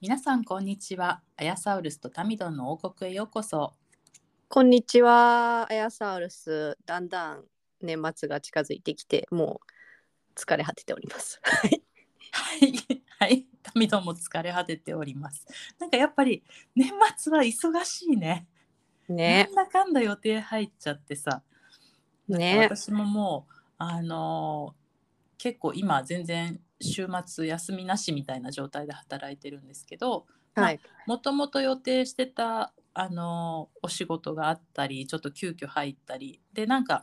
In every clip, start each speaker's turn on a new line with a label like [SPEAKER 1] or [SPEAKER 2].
[SPEAKER 1] 皆さんこんにちはアヤサウルスとタミドンの王国へようこそ
[SPEAKER 2] こんにちは、アヤサウルス。だんだん年末が近づいてきて、もう疲れ果てております。
[SPEAKER 1] はい、はい、民ども疲れ果てております。なんかやっぱり年末は忙しいね。
[SPEAKER 2] ね、
[SPEAKER 1] なんだかんだ予定入っちゃってさ、
[SPEAKER 2] ね、
[SPEAKER 1] 私ももうあのー結構今全然週末休みなしみたいな状態で働いてるんですけど、
[SPEAKER 2] はい、
[SPEAKER 1] もともと予定してたあのーお仕事があったり、ちょっと急遽入ったりでなんか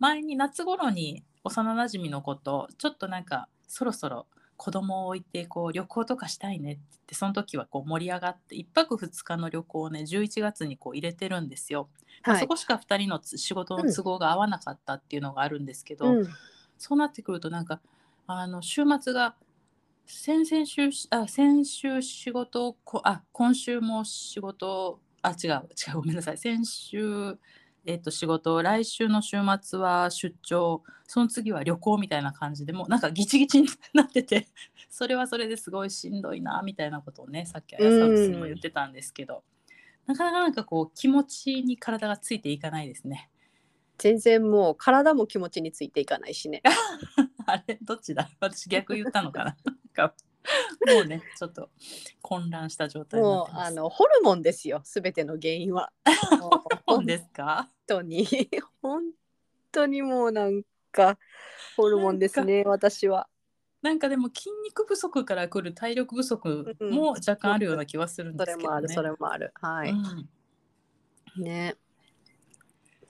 [SPEAKER 1] 前に夏頃に幼なじみの子とちょっとなんかそろそろ子供を置いてこう旅行とかしたいねって言ってその時はこう盛り上がって1泊2日の旅行をね11月にこう入れてるんですよ、まあ
[SPEAKER 2] はい
[SPEAKER 1] そ。こしか2人のつ仕事の都合が合わなかったっていうのがあるんですけど、
[SPEAKER 2] うん、
[SPEAKER 1] そうなってくるとなんかあの週末が先々週あ先週仕事をこあ今週も仕事をあ違う違うごめんなさい先週えっと仕事来週の週末は出張その次は旅行みたいな感じでもうなんかギチギチになってて それはそれですごいしんどいなみたいなことをねさっきあやさうにも言ってたんですけど、なかなかなんかこう気持ちに体がついていかないですね
[SPEAKER 2] 全然もう体も気持ちについていかないしね。
[SPEAKER 1] あれどっちだ私逆言ったの かななんかもうねちょっと混乱した状態になっ
[SPEAKER 2] も
[SPEAKER 1] て
[SPEAKER 2] う
[SPEAKER 1] ま
[SPEAKER 2] あ
[SPEAKER 1] す
[SPEAKER 2] のホルモンですよ。すべての原因 は。もう
[SPEAKER 1] 本ですか
[SPEAKER 2] 本当に、本当にもうなんかホルモンですね。私は。
[SPEAKER 1] なんかでも筋肉不足からくる体力不足も若干あるような気はするん
[SPEAKER 2] そ
[SPEAKER 1] で
[SPEAKER 2] れ
[SPEAKER 1] すけ
[SPEAKER 2] も
[SPEAKER 1] ど
[SPEAKER 2] ある、
[SPEAKER 1] ね。
[SPEAKER 2] それもある。は
[SPEAKER 1] う
[SPEAKER 2] い。
[SPEAKER 1] ん
[SPEAKER 2] ね、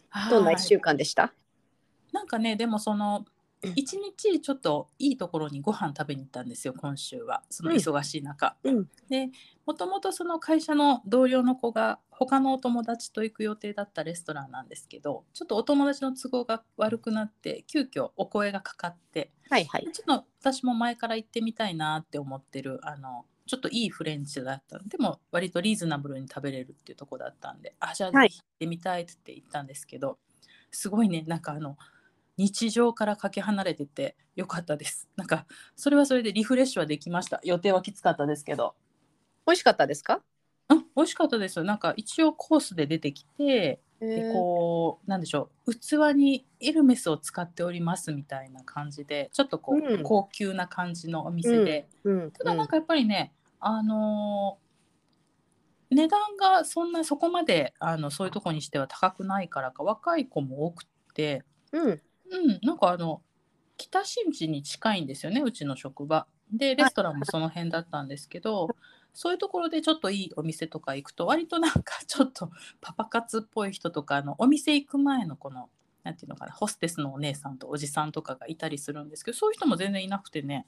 [SPEAKER 1] はい
[SPEAKER 2] どんな一週間でした？
[SPEAKER 1] なんかねでもその
[SPEAKER 2] うん
[SPEAKER 1] 一日ちょっといいところにご飯食べに行ったんですよ今週はその
[SPEAKER 2] うん
[SPEAKER 1] 忙しい中。
[SPEAKER 2] うん
[SPEAKER 1] でもともとその会社の同僚の子が他のお友達と行く予定だったレストランなんですけどちょっとお友達の都合が悪くなって急遽お声がかかって
[SPEAKER 2] はいはい
[SPEAKER 1] で。ちょっと私も前から行ってみたいなって思ってるあのちょっといいフレンチだったのでも割とリーズナブルに食べれるっていうとこだったんであじゃあ
[SPEAKER 2] は
[SPEAKER 1] ぜ
[SPEAKER 2] い
[SPEAKER 1] ひ行ってみたいって言って行ったんですけど、すごいねなんかあの日常からかけ離れててよかったですなんかそれはそれでリフレッシュはできました予定はきつかったですけど
[SPEAKER 2] 美味しかったですか？
[SPEAKER 1] うん美味しかったですよなんか一応コースで出てきて
[SPEAKER 2] え
[SPEAKER 1] で
[SPEAKER 2] ー
[SPEAKER 1] こうなんでしょう器にエルメスを使っておりますみたいな感じでちょっとこう、
[SPEAKER 2] うん
[SPEAKER 1] 高級な感じのお店で、
[SPEAKER 2] うん、
[SPEAKER 1] ただ
[SPEAKER 2] うん
[SPEAKER 1] なんかやっぱりね、あのー値段がそんなそこまであのそういうとこにしては高くないからか若い子も多くて、
[SPEAKER 2] うん、
[SPEAKER 1] うん、なんかあの北新地に近いんですよねうちの職場でレストランもその辺だったんですけど、そういうところでちょっといいお店とか行くと割となんかちょっと パパ活っぽい人とかあのお店行く前のこのなんていうのかなホステスのお姉さんとおじさんとかがいたりするんですけどそういう人も全然いなくてね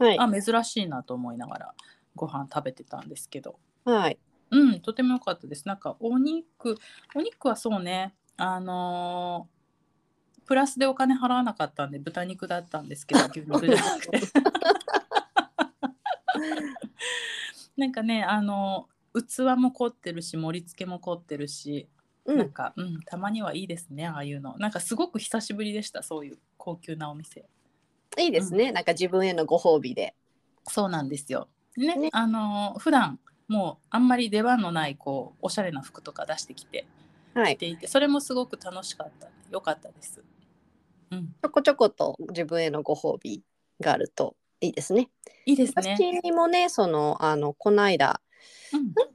[SPEAKER 2] はい、
[SPEAKER 1] あ珍しいなと思いながらご飯食べてたんですけど
[SPEAKER 2] はい、
[SPEAKER 1] うん、とても良かったです。なんかお肉、お肉はそうね、あのープラスでお金払わなかったんで豚肉だったんです けど、牛肉じゃなくて。なんかね、あのー器も凝ってるし、盛り付けも凝ってるし、
[SPEAKER 2] う
[SPEAKER 1] なん
[SPEAKER 2] ん、
[SPEAKER 1] か、うん、たまにはいいですね、ああいうの。なんかすごく久しぶりでした、そういう高級なお店。
[SPEAKER 2] いいですね、なんか自分へのご褒美で。
[SPEAKER 1] そうなんですよ。ね、
[SPEAKER 2] ね
[SPEAKER 1] あのー普段もうあんまり出番のないこうおしゃれな服とか出してきて
[SPEAKER 2] はい
[SPEAKER 1] っ、ていてそれもすごく楽しかった良かったです。うん、
[SPEAKER 2] ちょこちょこと自分へのご褒美があるといいですね。
[SPEAKER 1] いいですね。
[SPEAKER 2] 私もね、その、あの、この間、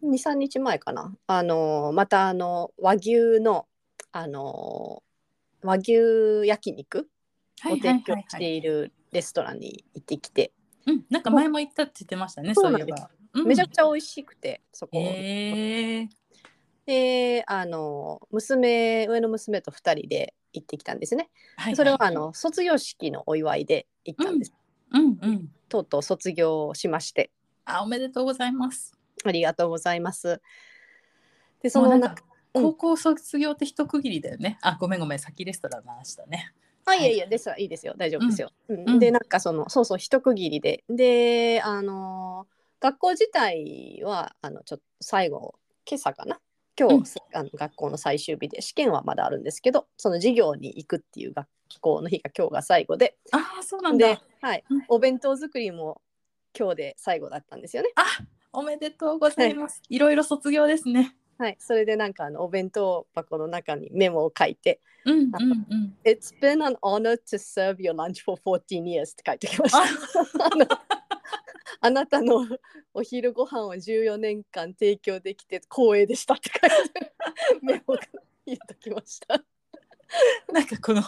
[SPEAKER 1] うん、
[SPEAKER 2] 二三日前かな、あの、また、あの、和牛の、あの。和牛焼肉
[SPEAKER 1] は
[SPEAKER 2] を
[SPEAKER 1] いはい
[SPEAKER 2] 提
[SPEAKER 1] は
[SPEAKER 2] 供
[SPEAKER 1] い、
[SPEAKER 2] し
[SPEAKER 1] は
[SPEAKER 2] て
[SPEAKER 1] い。
[SPEAKER 2] いるレストランに行ってきて、
[SPEAKER 1] うん、なんか前も言ったって言ってましたね。
[SPEAKER 2] そ
[SPEAKER 1] そうう
[SPEAKER 2] ない
[SPEAKER 1] え
[SPEAKER 2] んです
[SPEAKER 1] ば。うん
[SPEAKER 2] めちゃくちゃ美味しくて、そこ。
[SPEAKER 1] へえ
[SPEAKER 2] で、あの、娘、上の娘と二人で行ってきたんですね。
[SPEAKER 1] はいい
[SPEAKER 2] それはあ。の卒業式のお祝いで行ったんです、
[SPEAKER 1] うんうん。
[SPEAKER 2] とうとう卒業しまして
[SPEAKER 1] あ、おめでとうございます。
[SPEAKER 2] ありがとうございますでそ
[SPEAKER 1] もうな
[SPEAKER 2] の
[SPEAKER 1] ん
[SPEAKER 2] な
[SPEAKER 1] か高校卒業って一区切りだよね。あ、ごめんごめん、先レストランの話だね。
[SPEAKER 2] あいやいやですはいいですよ大丈夫ですよ。うん
[SPEAKER 1] うん
[SPEAKER 2] でなんかそのそうそう一区切りでであのー学校自体はあのちょっと最後今朝かな今日、
[SPEAKER 1] うん
[SPEAKER 2] あの学校の最終日で試験はまだあるんですけどその授業に行くっていう学校の日が今日が最後で
[SPEAKER 1] ああ、そうなん
[SPEAKER 2] で
[SPEAKER 1] だ。、
[SPEAKER 2] はい
[SPEAKER 1] うん、
[SPEAKER 2] お弁当作りも今日で最後だったんですよね。
[SPEAKER 1] おめでとうございます。いろいろ卒業ですね。
[SPEAKER 2] はい、それでなんかあのお弁当箱の中にメモを書いて
[SPEAKER 1] うんうんうん。
[SPEAKER 2] 「It's been an honor to serve your lunch for 14 years」って書いてきました。
[SPEAKER 1] あ
[SPEAKER 2] あのあなたのお昼ご飯を14年間提供できて光栄でしたって書いてメモを言っときました。
[SPEAKER 1] なんかこの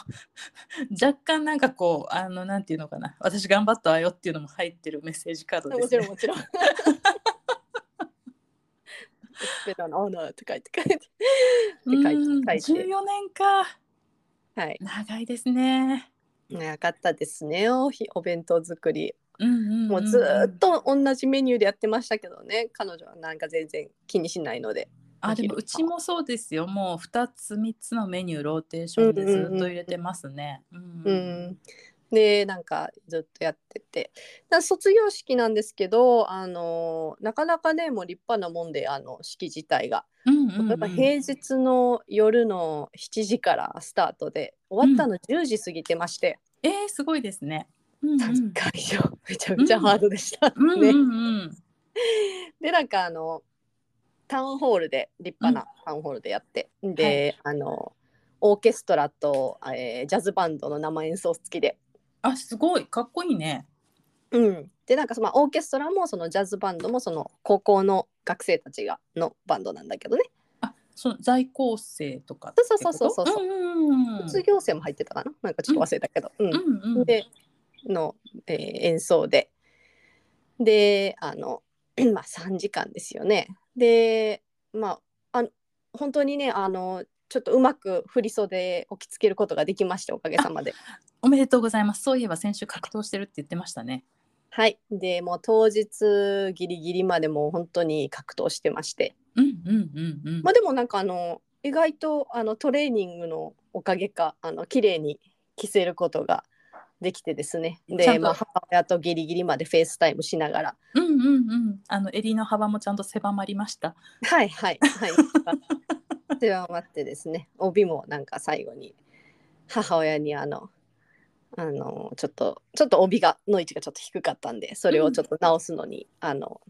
[SPEAKER 1] 若干なんかこうあのなんていうのかな私頑張ったわよっていうのも入ってるメッセージカードで
[SPEAKER 2] も
[SPEAKER 1] す、
[SPEAKER 2] ちろん
[SPEAKER 1] ね、
[SPEAKER 2] もちろん。It's been an honor って書いて書いてって書いて書いて
[SPEAKER 1] うん14年か
[SPEAKER 2] はい
[SPEAKER 1] 長いですね
[SPEAKER 2] 長かったですねおひお弁当作り
[SPEAKER 1] うんうんんん
[SPEAKER 2] もうずーっと同じメニューでやってましたけどね彼女はなんか全然気にしないので
[SPEAKER 1] あでもうちもそうですよもう2つ3つのメニューローテーションでずっと入れてますねうん
[SPEAKER 2] うん、でなんかずっとやっててだ卒業式なんですけどあのなかなかねもう立派なもんであの式自体が、
[SPEAKER 1] うんうん
[SPEAKER 2] やっぱ平日の夜の7時からスタートで終わったの10時過ぎてまして、
[SPEAKER 1] えー、すごいですねうんうん
[SPEAKER 2] 3会 場めちゃめちゃハードでした、
[SPEAKER 1] うんうん
[SPEAKER 2] ね
[SPEAKER 1] うん
[SPEAKER 2] でなんかあのタウンホールで立派なタウンホールでやって、で、あのオーケストラと、えージャズバンドの生演奏付きで、
[SPEAKER 1] あすごいかっこいいね
[SPEAKER 2] うん、でなんかその、まあ、オーケストラもそのジャズバンドもその高校の学生たちがのバンドなんだけどね
[SPEAKER 1] あその在校生とかってこと
[SPEAKER 2] そうそうそうそうそう
[SPEAKER 1] うんうんうん
[SPEAKER 2] 卒業生も入ってたかななんかちょっと忘れたけど、うん
[SPEAKER 1] うんうん
[SPEAKER 2] での、えー演奏でであの まあ3時間ですよねでまああの本当にねあのちょっとうまく振り袖を着付けることができましておかげさまで
[SPEAKER 1] おめでとうございます。そういえば先週格闘してるって言ってましたね。
[SPEAKER 2] はいでもう当日ギリギリまでもう本当に格闘してまして
[SPEAKER 1] うんうんうんうん。
[SPEAKER 2] まあでもなんかあの意外とあのトレーニングのおかげかあの綺麗に着せることができてですね
[SPEAKER 1] ちゃん
[SPEAKER 2] で、
[SPEAKER 1] と
[SPEAKER 2] まあ、母親とギリギリまでフェイスタイムしながら
[SPEAKER 1] うんうんうん。あの襟の幅もちゃんと狭まりました。
[SPEAKER 2] はいはいはい。 では待ってですね帯もなんか最後に母親にあのあのちょっとちょっと帯がの位置がちょっと低かったんでそれをちょっと直すのに、あの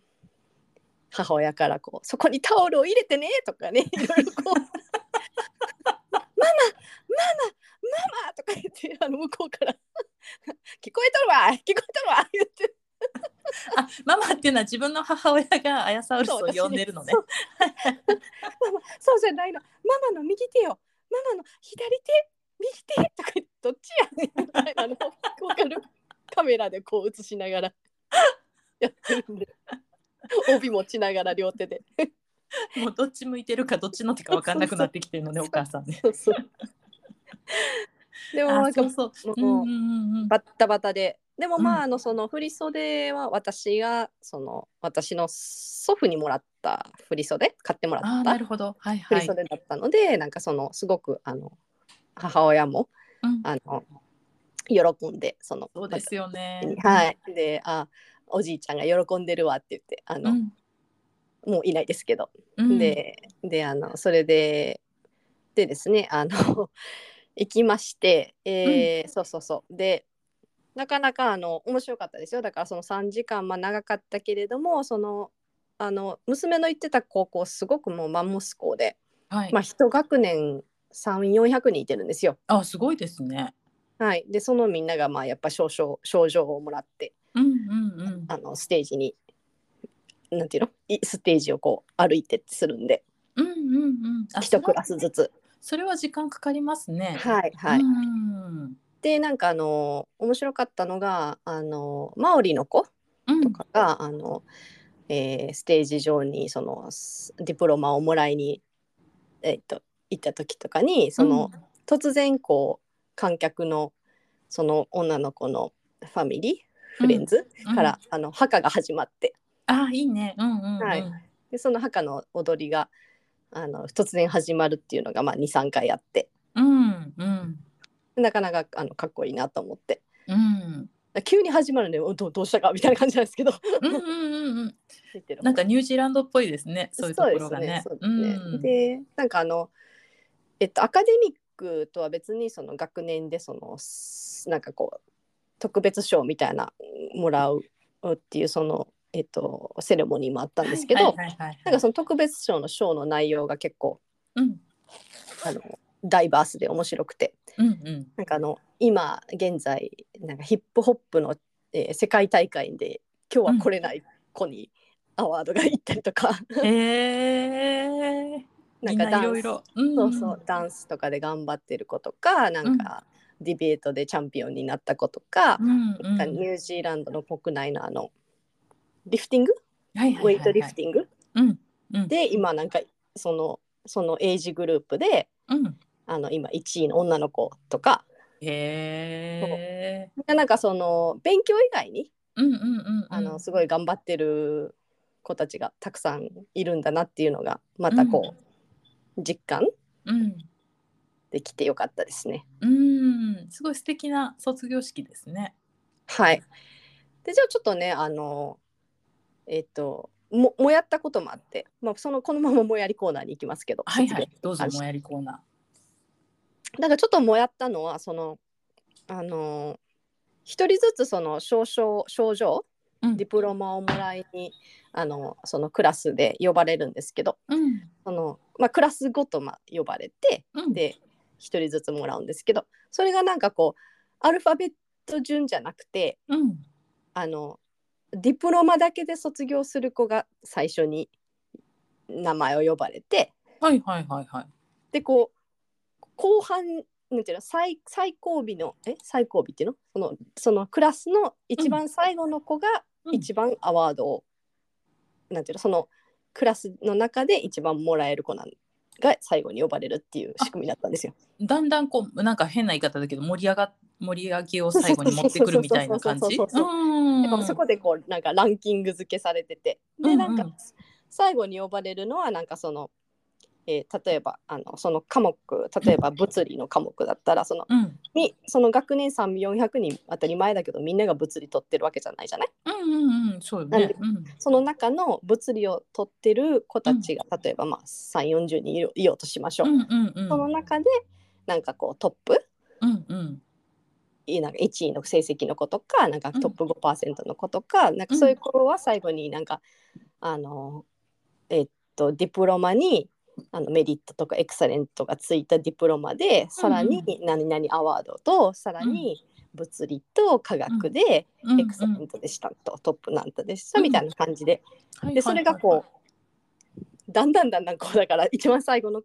[SPEAKER 2] 母親からこう「そこにタオルを入れてね」と かねいろいろこう「ママママママ」とか言ってあの向こうから 「聞こえとるわ聞こえとるわ」言って
[SPEAKER 1] あ、ママっていうのは自分の母親がアヤサウルスを呼んでるのね
[SPEAKER 2] そ。う ママそうじゃないのママの右手よママの左手右手とか言ってどっちやねんみたいなのわかるカメラでこう映しながらやってるんで帯持ちながら両手で
[SPEAKER 1] もうどっち向いてるかどっちの手か分かんなくなってきてるのね、
[SPEAKER 2] そう
[SPEAKER 1] お母さんね。
[SPEAKER 2] そうそうでもな
[SPEAKER 1] あ、
[SPEAKER 2] んか
[SPEAKER 1] そうそう。うん
[SPEAKER 2] もう
[SPEAKER 1] うんうんうん。
[SPEAKER 2] バッタバタででもま
[SPEAKER 1] うん
[SPEAKER 2] ああのその振り袖は私がその私の祖父にもらった振り袖買ってもら
[SPEAKER 1] あー、
[SPEAKER 2] っ
[SPEAKER 1] な
[SPEAKER 2] た
[SPEAKER 1] るほど。はい
[SPEAKER 2] 振
[SPEAKER 1] は
[SPEAKER 2] り
[SPEAKER 1] い。
[SPEAKER 2] 袖だったので、なんかそのすごくあの母親も
[SPEAKER 1] うん、
[SPEAKER 2] あの喜んでその
[SPEAKER 1] そうですよね。
[SPEAKER 2] はいであおじいちゃんが喜んでるわって言ってあ
[SPEAKER 1] う
[SPEAKER 2] の、
[SPEAKER 1] ん。
[SPEAKER 2] もういないですけど、
[SPEAKER 1] うん、
[SPEAKER 2] でであのそれででですねあの 行きまして、えーそうそうそうでなかなかあの面白かったですよだからその3時間まあ長かったけれどもそのあの娘の行ってた高校すごくもうマンモス校で、
[SPEAKER 1] はい
[SPEAKER 2] まあ、一学年3400人いてるんですよ。
[SPEAKER 1] あ、すごいですね。
[SPEAKER 2] はい、でそのみんながまあやっぱ少々症状をもらって
[SPEAKER 1] うんうんうん。
[SPEAKER 2] あのステージになんていうのいステージをこう歩いてするんで
[SPEAKER 1] うんうんうん。あ
[SPEAKER 2] 一クラスずつ。
[SPEAKER 1] それは時間かかりますね。
[SPEAKER 2] はいはい
[SPEAKER 1] うん
[SPEAKER 2] でなんかあの面白かったのがあのマオリの子
[SPEAKER 1] うん
[SPEAKER 2] とかが、あのえーステージ上にそのスディプロマをもらいに、えーっと行った時とかにその、突然こう観客のその女の子のファミリーフレンズ、
[SPEAKER 1] うん
[SPEAKER 2] から、あの墓が始まって
[SPEAKER 1] あいいねうんうんうん、
[SPEAKER 2] はいでその墓の踊りがあの突然始まるっていうのが、まあ、23回あって
[SPEAKER 1] うんうん
[SPEAKER 2] なかなかあのかっこいいなと思って
[SPEAKER 1] うん
[SPEAKER 2] 急に始まるんでおどうどうしたかみたいな感じなんです けど
[SPEAKER 1] うんうんうんうん
[SPEAKER 2] 見てる
[SPEAKER 1] なんかニュージーランドっぽいですねそういうところがね
[SPEAKER 2] そうです
[SPEAKER 1] う
[SPEAKER 2] ねそうですね
[SPEAKER 1] ん
[SPEAKER 2] でなんかあのえっとアカデミックとは別にその学年でそのすなんかこう特別賞みたいなもらうっていうそのえっとセレモニーもあったんですけど、
[SPEAKER 1] はいはいはいはい
[SPEAKER 2] なんかその特別賞の賞の内容が結構
[SPEAKER 1] うん
[SPEAKER 2] あのダイバースで面白くて
[SPEAKER 1] うんうん
[SPEAKER 2] なんかあの今現在なんかヒップホップの、えー世界大会で今日は来れない子にアワードがいったりとか、
[SPEAKER 1] へえ
[SPEAKER 2] な
[SPEAKER 1] み
[SPEAKER 2] ん
[SPEAKER 1] ん
[SPEAKER 2] か
[SPEAKER 1] な
[SPEAKER 2] ダ
[SPEAKER 1] い
[SPEAKER 2] ンス
[SPEAKER 1] ろいろうん
[SPEAKER 2] そうそうダンスとかで頑張ってる子とかなんかディベートでチャンピオンになった子とか,、
[SPEAKER 1] うんうん
[SPEAKER 2] ニュージーランドの国内のあのリフティング
[SPEAKER 1] はいはい
[SPEAKER 2] ウ
[SPEAKER 1] はいはい
[SPEAKER 2] ェイトリフティング
[SPEAKER 1] うんうん
[SPEAKER 2] で今なんかそのそのエイジグループで
[SPEAKER 1] うん
[SPEAKER 2] あの今1位の女の子とか
[SPEAKER 1] へえ
[SPEAKER 2] なんかその勉強以外に
[SPEAKER 1] うんうんうんうん
[SPEAKER 2] あのすごい頑張ってる子たちがたくさんいるんだなっていうのがまたこう、実感
[SPEAKER 1] うん
[SPEAKER 2] できてよかったですね。
[SPEAKER 1] うんすごい素敵な卒業式ですね
[SPEAKER 2] はい。でじゃあちょっとねあのえっ、とももやったこともあって、まあ、そのこのままもやりコーナーに行きますけど、
[SPEAKER 1] はいは
[SPEAKER 2] 卒
[SPEAKER 1] いどうぞ
[SPEAKER 2] あ
[SPEAKER 1] もやりコーナ
[SPEAKER 2] 業なんかちょっともやったのはそのあの一人ずつその少々症状
[SPEAKER 1] ーうん
[SPEAKER 2] ディプロマをもらいにあのそのクラスで呼ばれるんですけど
[SPEAKER 1] うん
[SPEAKER 2] その、まあ、クラスごとまあ呼ばれて
[SPEAKER 1] うん
[SPEAKER 2] で一人ずつもらうんですけどそれがなんかこうアルファベット順じゃなくて
[SPEAKER 1] うん
[SPEAKER 2] あのディプロマだけで卒業する子が最初に名前を呼ばれて
[SPEAKER 1] はいはいはいはい
[SPEAKER 2] でこう後半なんていうの最最後尾のえ最後尾っていうのそのそのクラスの一番最後の子が
[SPEAKER 1] うん
[SPEAKER 2] 一番アワードを、なんていうのそのクラスの中で一番もらえる子なんが最後に呼ばれるっていう仕組みだったんですよ。
[SPEAKER 1] だんだんこうなんか変な言い方だけど盛り上が盛り上げを最後に持ってくるみたいな感じ。
[SPEAKER 2] そううそうそうそうだから
[SPEAKER 1] ん
[SPEAKER 2] そこでこうなんかランキング付けされてて
[SPEAKER 1] うんう
[SPEAKER 2] で
[SPEAKER 1] ん
[SPEAKER 2] なんか最後に呼ばれるのはなんかその、えー例えばあのその科目例えば物理の科目だったらその
[SPEAKER 1] うん
[SPEAKER 2] にその学年3400人当たり前だけどみんなが物理取ってるわけじゃないじゃない
[SPEAKER 1] うんうんうんそうよね。うん
[SPEAKER 2] その中の物理を取ってる子たちが、例えばまあ340人いよいようとしましょう、
[SPEAKER 1] うんうんうん
[SPEAKER 2] その中でなんかこうトップ
[SPEAKER 1] うんうん
[SPEAKER 2] いいなんか1位の成績の子とかなんかトップ5%の子とか,、なんかそういう子は最後になんか、あのえっとディプロマにあのメリットとかエクサレントがついたディプロマでさらに何々アワードとさらに物理と科学で
[SPEAKER 1] うんうん
[SPEAKER 2] エクサレントでしたと、トップなんとでしたみたいな感じで、
[SPEAKER 1] はいはいは
[SPEAKER 2] で
[SPEAKER 1] い
[SPEAKER 2] それがこうだんだんだんだんこうだから一番最後の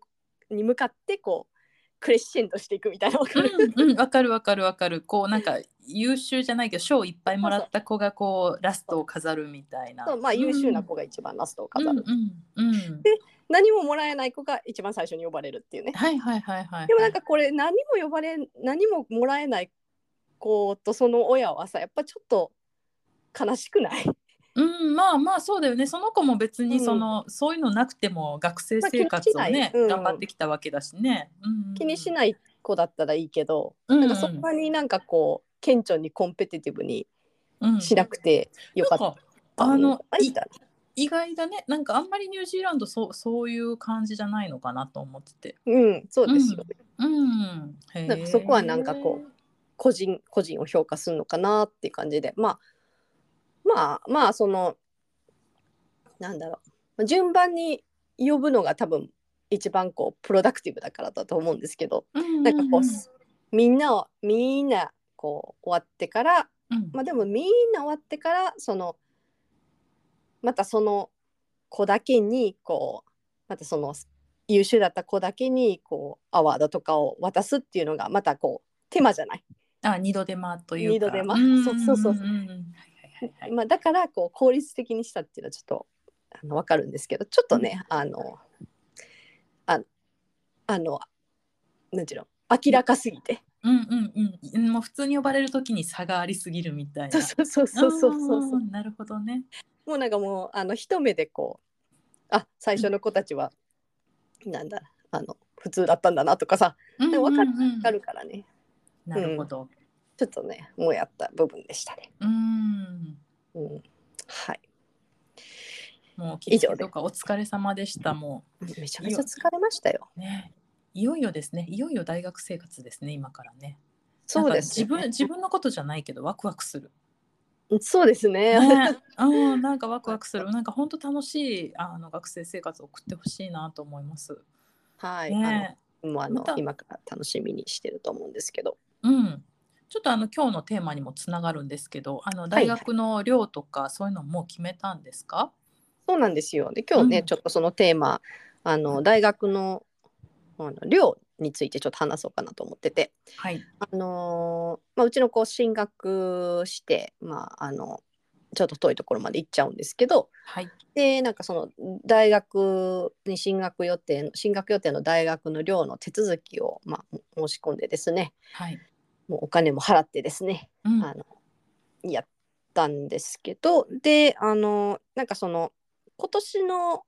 [SPEAKER 2] に向かってこうクレッシェンドしていくみたいなわかる
[SPEAKER 1] うんうんわかるわかるわかるこうなんか優秀じゃないけど賞いっぱいもらった子がこうラストを飾るみたいな。
[SPEAKER 2] そうまあ優秀な子が一番ラストを飾る、
[SPEAKER 1] うんうんうん
[SPEAKER 2] 何ももらえない子が一番最初に呼ばれるっていうね
[SPEAKER 1] はいはいはいはい。
[SPEAKER 2] でもなんかこれ何も呼ばれ何ももらえない子とその親はさやっぱちょっと悲しくない
[SPEAKER 1] うん、まあまあそうだよねその子も別に
[SPEAKER 2] うん
[SPEAKER 1] その、そういうのなくても学生生活を
[SPEAKER 2] まあ気にしな
[SPEAKER 1] ね
[SPEAKER 2] い、うん
[SPEAKER 1] 頑張ってきたわけだしね、うん、
[SPEAKER 2] 気にし
[SPEAKER 1] い、
[SPEAKER 2] ない子だったらいいけど、
[SPEAKER 1] うん
[SPEAKER 2] なんかそんなになんかこう顕著にコンペティティブに
[SPEAKER 1] うん、
[SPEAKER 2] しなくてよかっ
[SPEAKER 1] なんか
[SPEAKER 2] た
[SPEAKER 1] あの
[SPEAKER 2] あ
[SPEAKER 1] い
[SPEAKER 2] いた
[SPEAKER 1] 意外だねなんかあんまりニュージーランドそうそういう感じじゃないのかなと思ってて
[SPEAKER 2] うんそうですよ、ね
[SPEAKER 1] うんへー
[SPEAKER 2] なんかそこはなんかこ個人個人を評価するのかなっていう感じでまあまあまあそのなんだろう順番に呼ぶのが多分一番こうプロダクティブだからだと思うんですけど
[SPEAKER 1] う、ん、
[SPEAKER 2] なんかこ
[SPEAKER 1] う
[SPEAKER 2] う、
[SPEAKER 1] ん
[SPEAKER 2] みんなをみんなこう終わってから
[SPEAKER 1] うん
[SPEAKER 2] まあでもみんな終わってからそのまたその子だけにこうまたその優秀だった子だけにこうアワードとかを渡すっていうのがまたこう手間じゃない。
[SPEAKER 1] あ二度手間というか
[SPEAKER 2] 二度手間
[SPEAKER 1] ん
[SPEAKER 2] そうそうそうん
[SPEAKER 1] んんはいはいはいはい
[SPEAKER 2] まあ、だからこう効率的にしたっていうのはちょっとあの分かるんですけどちょっとね、あのああの何ていうの明らかすぎて
[SPEAKER 1] うんうんうんもう普通に呼ばれる時に差がありすぎるみたい
[SPEAKER 2] そ
[SPEAKER 1] な
[SPEAKER 2] うそうそうそうそうそ
[SPEAKER 1] あ
[SPEAKER 2] う
[SPEAKER 1] ーなるほどね
[SPEAKER 2] もうなんかもうあの一目でこうあ最初の子たちはなんだあの普通だったんだなとかさ
[SPEAKER 1] うん
[SPEAKER 2] でも
[SPEAKER 1] う
[SPEAKER 2] わ
[SPEAKER 1] ん
[SPEAKER 2] か
[SPEAKER 1] う
[SPEAKER 2] る
[SPEAKER 1] ん
[SPEAKER 2] あるからね
[SPEAKER 1] なるほど。
[SPEAKER 2] ちょっとねもやった部分でしたね。
[SPEAKER 1] うん。
[SPEAKER 2] うん、はい
[SPEAKER 1] もう
[SPEAKER 2] 以
[SPEAKER 1] 以
[SPEAKER 2] 上
[SPEAKER 1] 上
[SPEAKER 2] で
[SPEAKER 1] とかお疲れ様でした。も
[SPEAKER 2] めちゃめちゃ疲れましたよ。
[SPEAKER 1] うね。いよいよですね。いよいよ大学生活ですね。今からね。
[SPEAKER 2] そうです、
[SPEAKER 1] なんか自分自分のことじゃないけどワクワクす る。
[SPEAKER 2] 分そうですね。
[SPEAKER 1] ね、うん、なんかワクワクする。なんか本当楽しいあの学生生活を送ってほしいなと思います。
[SPEAKER 2] はい、
[SPEAKER 1] ね、
[SPEAKER 2] あのもうあの
[SPEAKER 1] また
[SPEAKER 2] 今から楽しみにしてると思うんですけど。
[SPEAKER 1] うん。ちょっとあの今日のテーマにもつながるんですけど、あの
[SPEAKER 2] はい
[SPEAKER 1] 大学の寮とかそういうのもう決めたんですか？
[SPEAKER 2] そうなんですよ。で今日ね、
[SPEAKER 1] うん
[SPEAKER 2] ちょっとそのテーマあの大学のあの寮についてちょっと話そうかなと思ってて、
[SPEAKER 1] はい。
[SPEAKER 2] あのーまあ、うちの子進学して、まあ、あのちょっと遠いところまで行っちゃうんですけど
[SPEAKER 1] はい。
[SPEAKER 2] でなんかその大学に進学予定の進学予定の大学の寮の手続きを、まあ、申し込んでですね
[SPEAKER 1] はい。
[SPEAKER 2] もうお金も払ってですね
[SPEAKER 1] うん。
[SPEAKER 2] あのやったんですけどであのなんかその今年の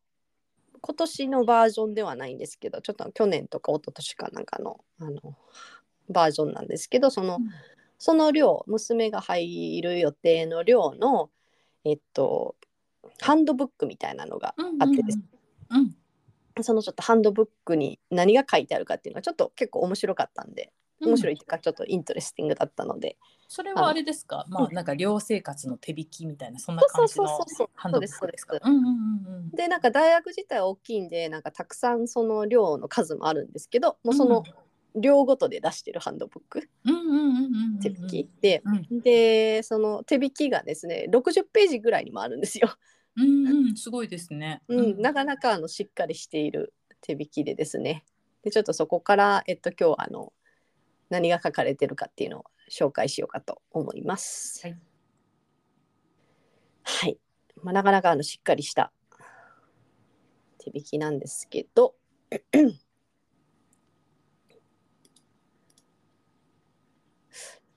[SPEAKER 2] 今年のバージョンではないんですけどちょっと去年とか一昨年かなんかのあのバージョンなんですけどそのその寮娘が入る予定の寮のえっとハンドブックみたいなのが
[SPEAKER 1] うん
[SPEAKER 2] あってです、
[SPEAKER 1] うんうん。
[SPEAKER 2] そのちょっとハンドブックに何が書いてあるかっていうのはちょっと結構面白かったんで
[SPEAKER 1] うん
[SPEAKER 2] 面白いっていうかちょっとイントレスティングだったので、
[SPEAKER 1] それはあれですか、まあなんか寮生活の手引きみたいなそんな感じ
[SPEAKER 2] そうそう
[SPEAKER 1] の
[SPEAKER 2] そうそう
[SPEAKER 1] ハンドブックですか。うんうんうん
[SPEAKER 2] でなんか大学自体は大きいんでなんかたくさんその量の数もあるんですけどもうその量ごとで出してるハンドブック
[SPEAKER 1] うんうんうんうんうんうん
[SPEAKER 2] 手引きで、
[SPEAKER 1] うん
[SPEAKER 2] でその手引きがですね60ページぐらいにもあるんですよ。
[SPEAKER 1] うんうんすごいですね。
[SPEAKER 2] うん、なかなかあのしっかりしている手引きでですねでちょっとそこから、えっと、今日はあの何が書かれてるかっていうのを紹介しようかと思います。
[SPEAKER 1] はい、
[SPEAKER 2] はいまあ、なかなかあのしっかりした手引きなんですけど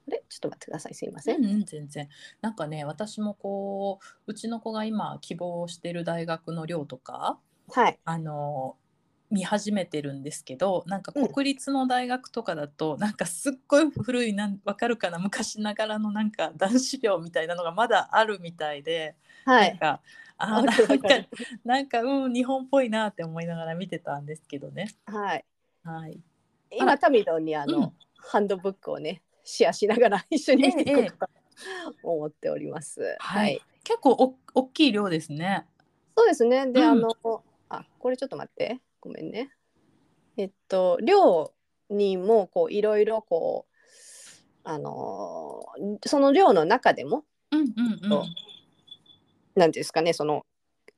[SPEAKER 2] あれちょっと待ってくださいすいません。
[SPEAKER 1] うんうん全然なんかね私もこううちの子が今希望してる大学の寮とか
[SPEAKER 2] はい、
[SPEAKER 1] あの見始めてるんですけどなんか
[SPEAKER 2] うん
[SPEAKER 1] 国立の大学とかだと、なんかすっごい古いなんわかるかな昔ながらのなんか男子寮みたいなのがまだあるみたいで、
[SPEAKER 2] は
[SPEAKER 1] なん
[SPEAKER 2] い、
[SPEAKER 1] かあー
[SPEAKER 2] わかる
[SPEAKER 1] な
[SPEAKER 2] わ
[SPEAKER 1] ん
[SPEAKER 2] か
[SPEAKER 1] か
[SPEAKER 2] る
[SPEAKER 1] なんかうん日本っぽいなって思いながら見てたんですけどね。
[SPEAKER 2] はい、
[SPEAKER 1] はい。あ
[SPEAKER 2] 今
[SPEAKER 1] ら
[SPEAKER 2] タミドンにあの、
[SPEAKER 1] うん
[SPEAKER 2] ハンドブックをねシェアしながら一緒に見ていこ
[SPEAKER 1] え
[SPEAKER 2] う
[SPEAKER 1] え
[SPEAKER 2] と思っております。
[SPEAKER 1] はい。結構お大きい量ですね。
[SPEAKER 2] そうですね。で、
[SPEAKER 1] うん
[SPEAKER 2] あの、あ、これちょっと待って、ごめんね。えっと、寮にもこういろいろこう。あのーその寮の中でも、
[SPEAKER 1] うんうんうん。
[SPEAKER 2] そうなんていうんですかね、その。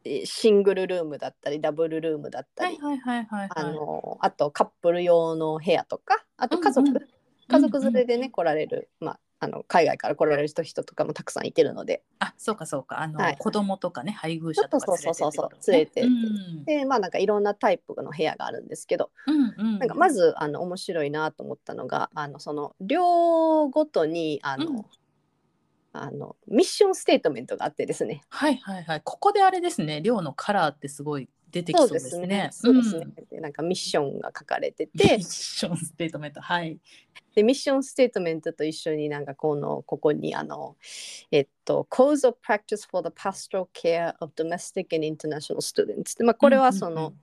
[SPEAKER 2] えーシングルルームだったり、ダブルルームだった
[SPEAKER 1] はい
[SPEAKER 2] り。
[SPEAKER 1] はいはいはい、はい。
[SPEAKER 2] あのーあとカップル用の部屋とか、あと家族。
[SPEAKER 1] うんうん
[SPEAKER 2] 家族連れ
[SPEAKER 1] で。
[SPEAKER 2] でね、来られる、まあ、あの海外から来られる人人とかもたくさんいてるので。
[SPEAKER 1] あそうかそうか。あの、
[SPEAKER 2] はい
[SPEAKER 1] 子供とかね配偶者とか連れてってこと
[SPEAKER 2] そうそうそうそう連れてって
[SPEAKER 1] うん
[SPEAKER 2] で、まあ、なんかいろんなタイプの部屋があるんですけど。
[SPEAKER 1] うんうん。
[SPEAKER 2] なんかまずあの面白いなと思ったのがあのその寮ごとにあの、
[SPEAKER 1] うん
[SPEAKER 2] あのミッションステートメントがあってですね。
[SPEAKER 1] はいはいはい。ここであれですね。量のカラーってすごい出てきそうですね。
[SPEAKER 2] そうですね
[SPEAKER 1] ん。
[SPEAKER 2] でなんかミッションが書かれて
[SPEAKER 1] ミ
[SPEAKER 2] て
[SPEAKER 1] ッションステートメントはい。
[SPEAKER 2] でミッションステートメントと一緒になんかこのここにあのえっと Cause of Practice for the Pastoral Care of Domestic and International Students でまあこれはその、
[SPEAKER 1] うんうんうん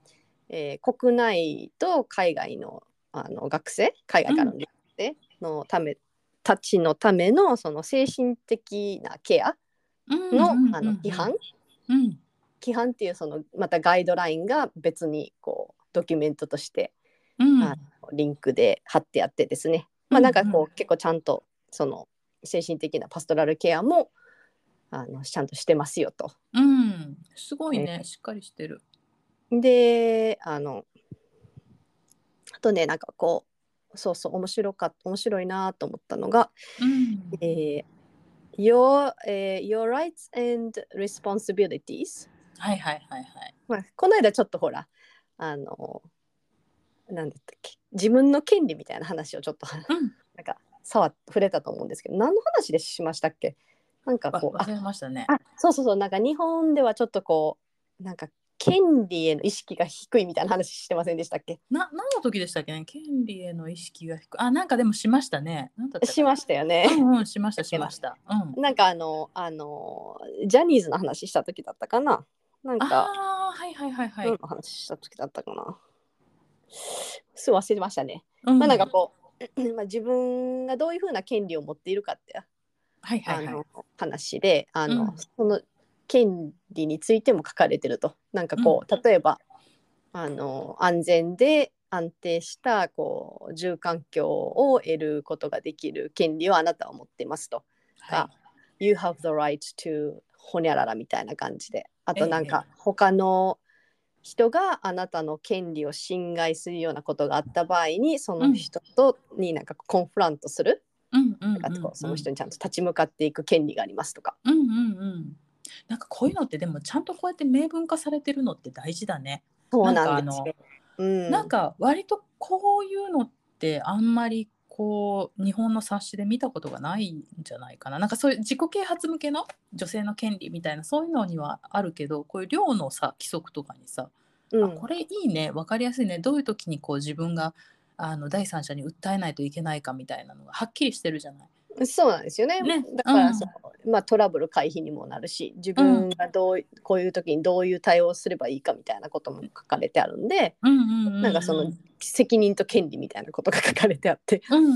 [SPEAKER 2] えー国内と海外のあの学生海外からの学生のため、たちのためのその精神的なケアの,、
[SPEAKER 1] うんうんうんうん
[SPEAKER 2] あの規範
[SPEAKER 1] うん。
[SPEAKER 2] 規範っていうそのまたガイドラインが別にこうドキュメントとして
[SPEAKER 1] うん。
[SPEAKER 2] あリンクで貼ってあってですね、まあ、なんかこ
[SPEAKER 1] う
[SPEAKER 2] う、
[SPEAKER 1] んう
[SPEAKER 2] 結構ちゃんとその精神的なパストラルケアもあのちゃんとしてますよと。
[SPEAKER 1] うん。すごいね。しっかりしてる。
[SPEAKER 2] であのあとねなんかこうそうそう面白か面白いなと思ったのが、
[SPEAKER 1] うん。
[SPEAKER 2] えー your, えー your rights and responsibilities、
[SPEAKER 1] はいはいはいはい。
[SPEAKER 2] まあ、この間ちょっとほらあのなんだったっけ自分の権利みたいな話をちょっと
[SPEAKER 1] うん。
[SPEAKER 2] なんか触っ触れたと思うんですけど何の話でしましたっけなんか
[SPEAKER 1] わ
[SPEAKER 2] こうあ
[SPEAKER 1] 忘れましたね。
[SPEAKER 2] あそうそうそうなんか日本ではちょっとこうなんか権利への意識が低いみたいな話してませんでしたっけ
[SPEAKER 1] な何の時でしたっけね権利への意識が低くあなんかでもしましたねなんだったか
[SPEAKER 2] しましたよね。
[SPEAKER 1] うんうんしましたしましたうん
[SPEAKER 2] なんかあのあのジャニーズの話した時だったかななんか
[SPEAKER 1] ああーはいはいはいはい、
[SPEAKER 2] 何の話した時だったかなすぐ忘れましたね。
[SPEAKER 1] うん
[SPEAKER 2] まあなんかこう、まあ、自分がどういうふうな権利を持っているかって
[SPEAKER 1] はいは
[SPEAKER 2] あ
[SPEAKER 1] いはい
[SPEAKER 2] の話であの、
[SPEAKER 1] うん
[SPEAKER 2] その権利についても書かれてるとなんかこう、例えばあの安全で安定したこう住環境を得ることができる権利をあなたは持ってますと
[SPEAKER 1] は
[SPEAKER 2] You have the right to ほにゃららみたいな感じで
[SPEAKER 1] え
[SPEAKER 2] あ
[SPEAKER 1] え
[SPEAKER 2] となんか他の人があなたの権利を侵害するようなことがあった場合にその人とになんかコンフラントする、
[SPEAKER 1] いうんうんうん
[SPEAKER 2] なんかこうその人
[SPEAKER 1] に
[SPEAKER 2] にちゃんと立ち向かっていく権利がありますとか
[SPEAKER 1] うんうんうんなんかこういうのってでもちゃんとこうやって明文化されてるのって大事だね
[SPEAKER 2] そうなんですよ。うん、
[SPEAKER 1] なんか割とこういうのってあんまりこう日本の冊子で見たことがないんじゃないかななんかそういう自己啓発向けの女性の権利みたいなそういうのにはあるけどこういう量のさ規則とかにさ、
[SPEAKER 2] う
[SPEAKER 1] あ
[SPEAKER 2] ん
[SPEAKER 1] これいいね分かりやすいねどういう時にこう自分があの第三者に訴えないといけないかみたいなのがはっきりしてるじゃない。
[SPEAKER 2] そうなんですよね。
[SPEAKER 1] ね
[SPEAKER 2] だから
[SPEAKER 1] うん
[SPEAKER 2] その、まあ、トラブル回避にもなるし自分がどうこういう時にどういう対応をすればいいかみたいなことも書かれてあるんで
[SPEAKER 1] うんうんうんうん、
[SPEAKER 2] なんかその責任と権利みたいなことが書かれてあって
[SPEAKER 1] うんうんう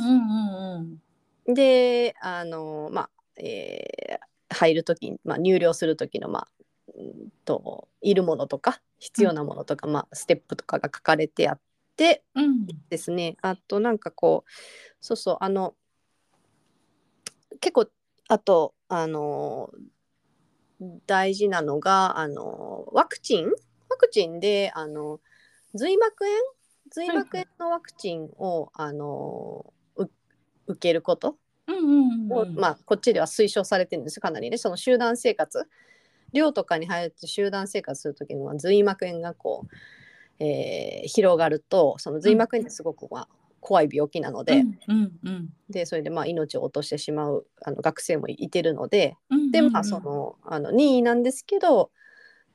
[SPEAKER 1] んうん
[SPEAKER 2] であのまあ、えー入る時に、まあ、入寮する時のまあうんといるものとか必要なものとか、まあ、ステップとかが書かれてあって。
[SPEAKER 1] うん
[SPEAKER 2] ですねあとなんかこうそうそうあの結構あとあの大事なのがあのワクチンワクチンであの髄膜炎髄膜炎のワクチンを、あのう受けること
[SPEAKER 1] うんうん
[SPEAKER 2] を、
[SPEAKER 1] うん
[SPEAKER 2] まあ、こっちでは推奨されてるんですかなりねその集団生活寮とかに入ると集団生活する時には髄膜炎がこう、えー広がるとその髄膜炎ってすごく、まあ、怖い病気なので,、
[SPEAKER 1] うんうん
[SPEAKER 2] でそれでまあ命を落としてしまうあの学生もいてるので
[SPEAKER 1] うん
[SPEAKER 2] で
[SPEAKER 1] うんうん
[SPEAKER 2] まあそのあの任意なんですけど、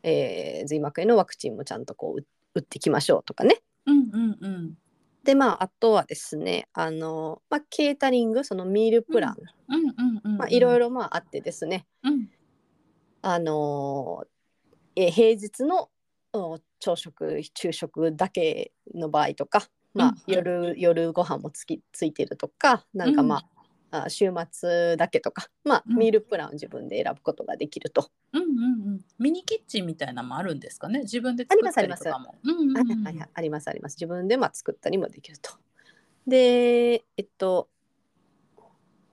[SPEAKER 2] えー髄膜炎のワクチンもちゃんとこう打打ってきましょうとかね。
[SPEAKER 1] うんうんうん
[SPEAKER 2] でまあ、あとはですねあの、まあ、ケータリングそのミールプラン、
[SPEAKER 1] うんうんうんうん
[SPEAKER 2] まあ、いろいろまああってですね、
[SPEAKER 1] うん
[SPEAKER 2] あのーえー平日のお朝食昼食だけの場合とか、まあ
[SPEAKER 1] うん
[SPEAKER 2] 夜夜ご飯もつきついてるとかなんかまあ,、あ週末だけとか、まあ、
[SPEAKER 1] うん
[SPEAKER 2] ミールプランを自分で選ぶことができると。
[SPEAKER 1] うんうんうん、ミニキッチンみたいなのもあるんですかね自分で作ったりとかも。うんうんう
[SPEAKER 2] はい
[SPEAKER 1] ん
[SPEAKER 2] はいはいありますあります自分でまあ作ったりもできると。でえっと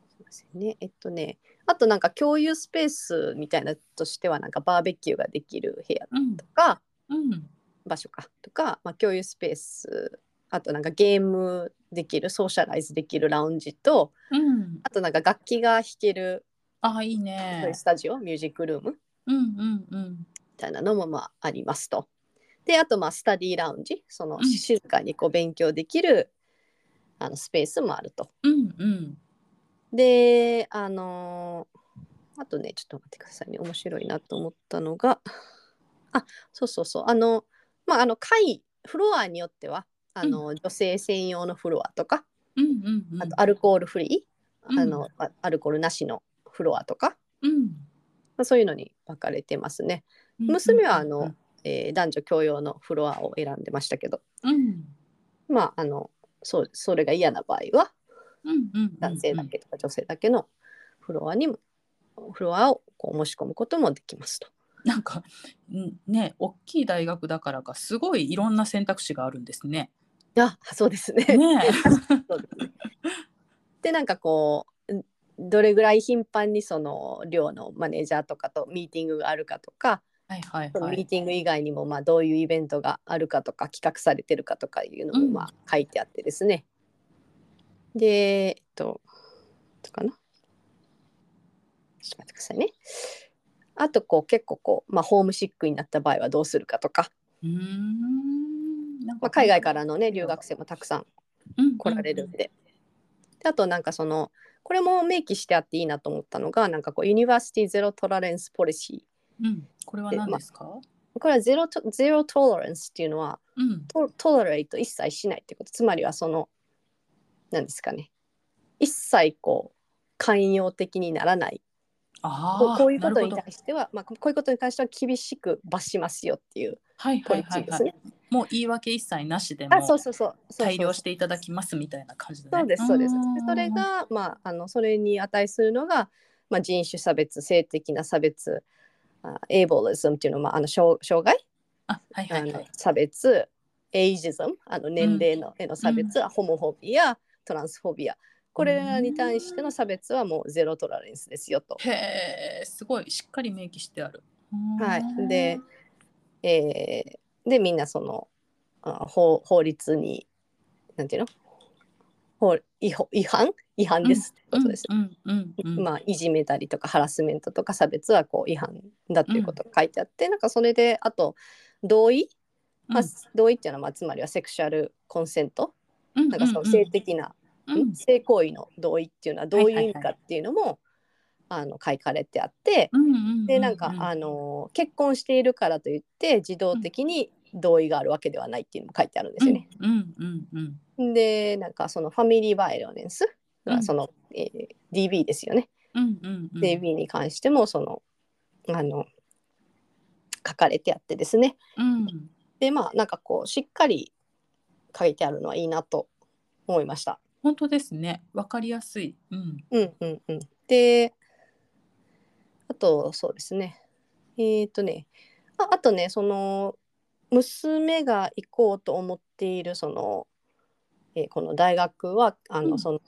[SPEAKER 2] すいませんねえっとねあとなんか共有スペースみたいなとしてはなんかバーベキューができる部屋
[SPEAKER 1] うん
[SPEAKER 2] とか、
[SPEAKER 1] うん
[SPEAKER 2] 場所かとか、まあ、共有スペースあとなんかゲームできるソーシャライズできるラウンジと
[SPEAKER 1] うん、
[SPEAKER 2] あとなんか楽器が弾ける
[SPEAKER 1] あいい
[SPEAKER 2] そうい
[SPEAKER 1] ね
[SPEAKER 2] う。スタジオ、ミュージックルーム
[SPEAKER 1] う
[SPEAKER 2] み
[SPEAKER 1] んうんうん
[SPEAKER 2] たいなのもまあありますと。であとまあスタディーラウンジその
[SPEAKER 1] うん
[SPEAKER 2] 静かにこう勉強できる、あのスペースもあると。
[SPEAKER 1] うんうん
[SPEAKER 2] であのーあとねちょっと待ってくださいね面白いなと思ったのが あそうそうそうあのまああの階フロアによってはあの、女性専用のフロアとか
[SPEAKER 1] うんうんうん
[SPEAKER 2] あとアルコールフリー、
[SPEAKER 1] うん
[SPEAKER 2] あのあアルコールなしのフロアとか
[SPEAKER 1] うん
[SPEAKER 2] まあそういうのに分かれてますね、
[SPEAKER 1] うん
[SPEAKER 2] 娘はあのえー男女共用のフロアを選んでましたけど
[SPEAKER 1] うん
[SPEAKER 2] まああのそうそれが嫌な場合は
[SPEAKER 1] うんうん
[SPEAKER 2] 男性だけとか女性だけのフロアにもフロアをこう申し込むこともできますと。
[SPEAKER 1] なんかんね大きい大学だからかすごいいろんな選択肢があるんです ね。
[SPEAKER 2] あそうですね。
[SPEAKER 1] ね
[SPEAKER 2] そうですねでなんかこうんどれぐらい頻繁にその寮のマネージャーとかとミーティングがあるかとか
[SPEAKER 1] はいはい
[SPEAKER 2] その
[SPEAKER 1] は
[SPEAKER 2] ミー
[SPEAKER 1] い。
[SPEAKER 2] ティング以外にもまあどういうイベントがあるかとか企画されてるかとかいうの
[SPEAKER 1] う
[SPEAKER 2] も
[SPEAKER 1] ん
[SPEAKER 2] まあ書いてあってですね。で、えっと、どうかな。ちょっと待ってくださいね。あとこう結構こう、まあ、ホームシックになった場合はどうするかとか、
[SPEAKER 1] うーんなん
[SPEAKER 2] ま
[SPEAKER 1] か
[SPEAKER 2] あ、海外からのね留学生もたくさん来られるんで。であとなんかそのこれも明記してあっていいなと思ったのがなんかこうユニバーシティゼロトラレンスポリシ
[SPEAKER 1] う
[SPEAKER 2] ー
[SPEAKER 1] んうんうんこれは何ですか？
[SPEAKER 2] これはゼロトゼロトロレンスっていうのは
[SPEAKER 1] うん
[SPEAKER 2] トトロレイト一切しないってことつまりはその何ですかね一切こう寛容的にならない
[SPEAKER 1] あ
[SPEAKER 2] こう
[SPEAKER 1] あ
[SPEAKER 2] こういうこと
[SPEAKER 1] なる
[SPEAKER 2] に
[SPEAKER 1] ほど
[SPEAKER 2] 対しては、まあ、ここういうことに関しては厳しく罰しますよっていう
[SPEAKER 1] はい
[SPEAKER 2] ポ
[SPEAKER 1] はい
[SPEAKER 2] リ
[SPEAKER 1] は
[SPEAKER 2] シ
[SPEAKER 1] い
[SPEAKER 2] ーで
[SPEAKER 1] は
[SPEAKER 2] す
[SPEAKER 1] い
[SPEAKER 2] ね。
[SPEAKER 1] もう言い訳一切なしでも
[SPEAKER 2] あそうそうそうそうそう
[SPEAKER 1] 対応していただきますみたいな感じだね
[SPEAKER 2] そうですそうです
[SPEAKER 1] あー
[SPEAKER 2] でそれが、まあ、あのそれに値するのが、まあ、人種差別性的な差別エイボリズムっていうのは、まあ、あの障障害
[SPEAKER 1] あはいはいは
[SPEAKER 2] あの
[SPEAKER 1] い
[SPEAKER 2] 差別エイジズムあの年齢の、への差別、ホモフォビアトランスフォビアこれらに対しての差別はもうゼロトラレンスですよと。
[SPEAKER 1] へえすごいしっかり明記してある
[SPEAKER 2] は
[SPEAKER 1] うー
[SPEAKER 2] い、
[SPEAKER 1] ん
[SPEAKER 2] で、えーでみんなそのあ法法律になんていうの法違法違反違反ですってことです。
[SPEAKER 1] うんうんうんうん
[SPEAKER 2] まあ、いじめたりとかハラスメントとか差別はこう違反だっていうことが書いてあって、なんかそれであと同意、ま
[SPEAKER 1] う
[SPEAKER 2] あ
[SPEAKER 1] ん
[SPEAKER 2] 同意っていうのはまあつまりはセクシャルコンセント
[SPEAKER 1] うん
[SPEAKER 2] なんかその
[SPEAKER 1] うん
[SPEAKER 2] 性的な、
[SPEAKER 1] うんうん
[SPEAKER 2] 性行為の同意っていうのはどういう意味かっていうのも、あの書かれてあって
[SPEAKER 1] うんうんうん
[SPEAKER 2] でなんか、
[SPEAKER 1] うん
[SPEAKER 2] あの結婚しているからといって自動的に同意があるわけではないっていうのも書いてあるんですよね。
[SPEAKER 1] うんうんうん
[SPEAKER 2] でなんかそのファミリーバイオレンス、
[SPEAKER 1] うん
[SPEAKER 2] その、えー DB ですよね。
[SPEAKER 1] うんうんうん
[SPEAKER 2] DB に関してもそのあの書かれてあってですね
[SPEAKER 1] うん
[SPEAKER 2] でまあなんかこうしっかり書いてあるのはいいなと思いました。
[SPEAKER 1] 本当ですねわかりやすいうん
[SPEAKER 2] うんうんうん、であとそうですねえっ、とねああとねその娘が行こうと思っているその、えーこの大学はあの、
[SPEAKER 1] うん
[SPEAKER 2] その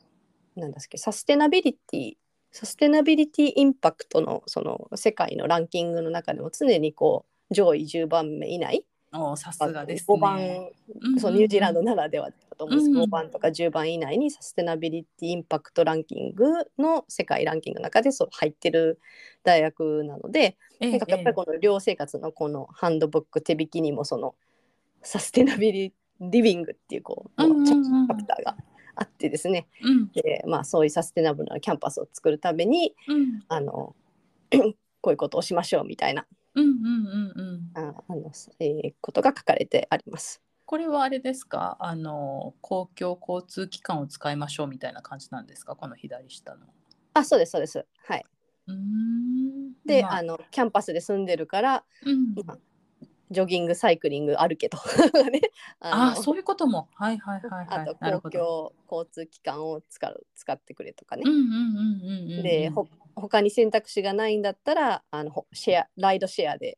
[SPEAKER 2] なんだっけサステナビリティサステナビリティインパクトのその世界のランキングの中でも常にこう上位10番目以内
[SPEAKER 1] おーさすがですね
[SPEAKER 2] 5番そうニュージーランドならではだと思うんですけど、
[SPEAKER 1] うん
[SPEAKER 2] 5番とか10番以内にサステナビリティインパクトランキングの世界ランキングの中でそう入ってる大学なので、
[SPEAKER 1] ええ
[SPEAKER 2] なんかやっぱりこの寮生活のこのハンドブック手引きにもそのサステナビリリビングっていうこう、
[SPEAKER 1] うんうんうん
[SPEAKER 2] チャプターがあってですね
[SPEAKER 1] ええうん
[SPEAKER 2] で、まあ、そういうサステナブルなキャンパスを作るために
[SPEAKER 1] うん
[SPEAKER 2] あのこういうことをしましょうみたいな
[SPEAKER 1] うんうんうんうん
[SPEAKER 2] ああの、えーことが書かれてあります。
[SPEAKER 1] これはあれですかあの公共交通機関を使いましょうみたいな感じなんですかこの左下の。
[SPEAKER 2] あそうですそうですはい。
[SPEAKER 1] うーん
[SPEAKER 2] で、
[SPEAKER 1] ま
[SPEAKER 2] あ、のキャンパスで住んでるから
[SPEAKER 1] うん、
[SPEAKER 2] まあジョギングサイクリング歩けと ね
[SPEAKER 1] あ
[SPEAKER 2] の
[SPEAKER 1] そういうこともはいはいはい
[SPEAKER 2] あ
[SPEAKER 1] はい
[SPEAKER 2] と
[SPEAKER 1] なるほ
[SPEAKER 2] 公
[SPEAKER 1] ど。
[SPEAKER 2] 共交通機関を使う使ってくれとかね、
[SPEAKER 1] うんうんうんうんうんうん
[SPEAKER 2] でほ他に選択肢がないんだったらあのほシェアライドシェアで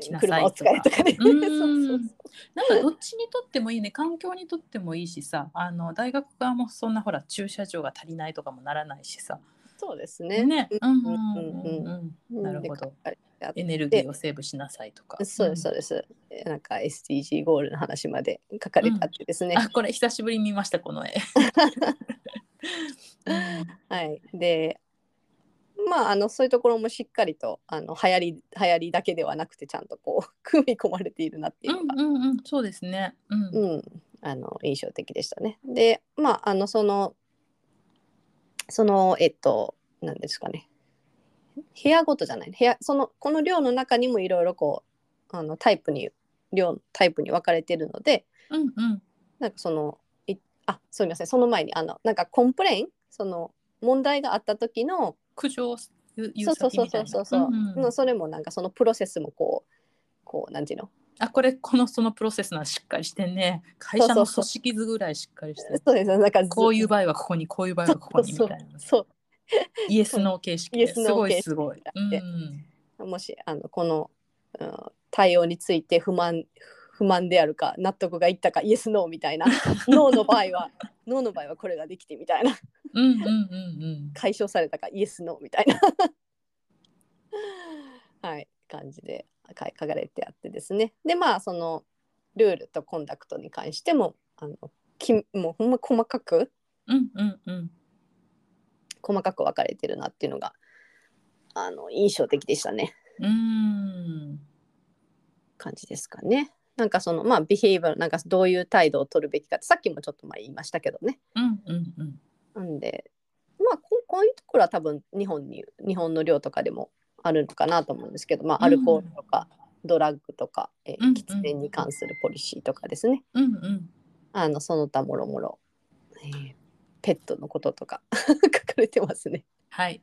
[SPEAKER 1] 来なさい
[SPEAKER 2] 車を使えとかね
[SPEAKER 1] とかうん
[SPEAKER 2] そうそう
[SPEAKER 1] なんかどっちにとってもいいね環境にとってもいいしさあの大学側もそんなほら駐車場が足りないとかもならないしさ
[SPEAKER 2] そうですね
[SPEAKER 1] ねうんうん
[SPEAKER 2] うん
[SPEAKER 1] うんうん
[SPEAKER 2] うん
[SPEAKER 1] なるほど
[SPEAKER 2] で書かれてあって
[SPEAKER 1] エネルギーをセーブしなさいとか
[SPEAKER 2] そうですそう
[SPEAKER 1] う
[SPEAKER 2] です、なんか SDG ゴールの話まで書かれてあってですね、
[SPEAKER 1] んあこれ久しぶりに見ましたこの 絵うん
[SPEAKER 2] はい、でまああのそういうところもしっかりとあの流行り流行りだけではなくてちゃんとこう 組み込まれているなっていうのが、
[SPEAKER 1] うんうんうん、そうですね。うん。
[SPEAKER 2] うんあの印象的でしたね。でまああのそのそのえっと何ですかね部屋ごとじゃない部屋そのこの寮の中にもいろいろこうあのタイプに寮タイプに分かれているので
[SPEAKER 1] うんうん。
[SPEAKER 2] なんかそのいあすみませんその前にあのなんかコンプレインその問題があった時の
[SPEAKER 1] 苦情す言
[SPEAKER 2] そう
[SPEAKER 1] う
[SPEAKER 2] そう
[SPEAKER 1] 先
[SPEAKER 2] そう
[SPEAKER 1] みた
[SPEAKER 2] そ
[SPEAKER 1] いうな。
[SPEAKER 2] そうそう、
[SPEAKER 1] んん
[SPEAKER 2] のそれもなんかそのプロセスもこうこうなんていうの
[SPEAKER 1] あ、これこのそのプロセスなしっかりしてんね。会社
[SPEAKER 2] そ
[SPEAKER 1] の
[SPEAKER 2] うそう
[SPEAKER 1] 組織図ぐらいしっかりしてる。
[SPEAKER 2] そうですなんかず
[SPEAKER 1] こういう場合はここに、こういう場合はここにみ
[SPEAKER 2] そう
[SPEAKER 1] たいな。
[SPEAKER 2] そ
[SPEAKER 1] イエスノー形式
[SPEAKER 2] イ
[SPEAKER 1] で
[SPEAKER 2] エスノ
[SPEAKER 1] すご
[SPEAKER 2] ー形
[SPEAKER 1] い
[SPEAKER 2] 式
[SPEAKER 1] すごい。うん。
[SPEAKER 2] うもしあのこの、うん、対応について不満不満であるか納得がいったかイエスノーみ たいなノーの場合はノーの場合はこれができてみたいな
[SPEAKER 1] うんうんうんうん。
[SPEAKER 2] 解消されたかイエスノーみたいな はい感じで書書かれてあってですねでまあそのルールとコンダクトに関してもあのきもうほんま細かく
[SPEAKER 1] うんうんうん。
[SPEAKER 2] 細かく分かれてるなっていうのがあの印象的でしたね
[SPEAKER 1] うーん。
[SPEAKER 2] 感じですかね。なんかそのまあビヘイバーなんかどういう態度を取るべきかってさっきもちょっとまあ言いましたけどね。
[SPEAKER 1] うんうんうん。
[SPEAKER 2] なんでまあここういうところは多分日本に日本の量とかでもあるのかなと思うんですけど、まあ、アルコールとか、ドラッグとか、えー
[SPEAKER 1] うんうん
[SPEAKER 2] 喫煙に関するポリシーとかですね、
[SPEAKER 1] うんうん
[SPEAKER 2] あのその他もろもろ、えーペットのこととか 書かれてますね。
[SPEAKER 1] はい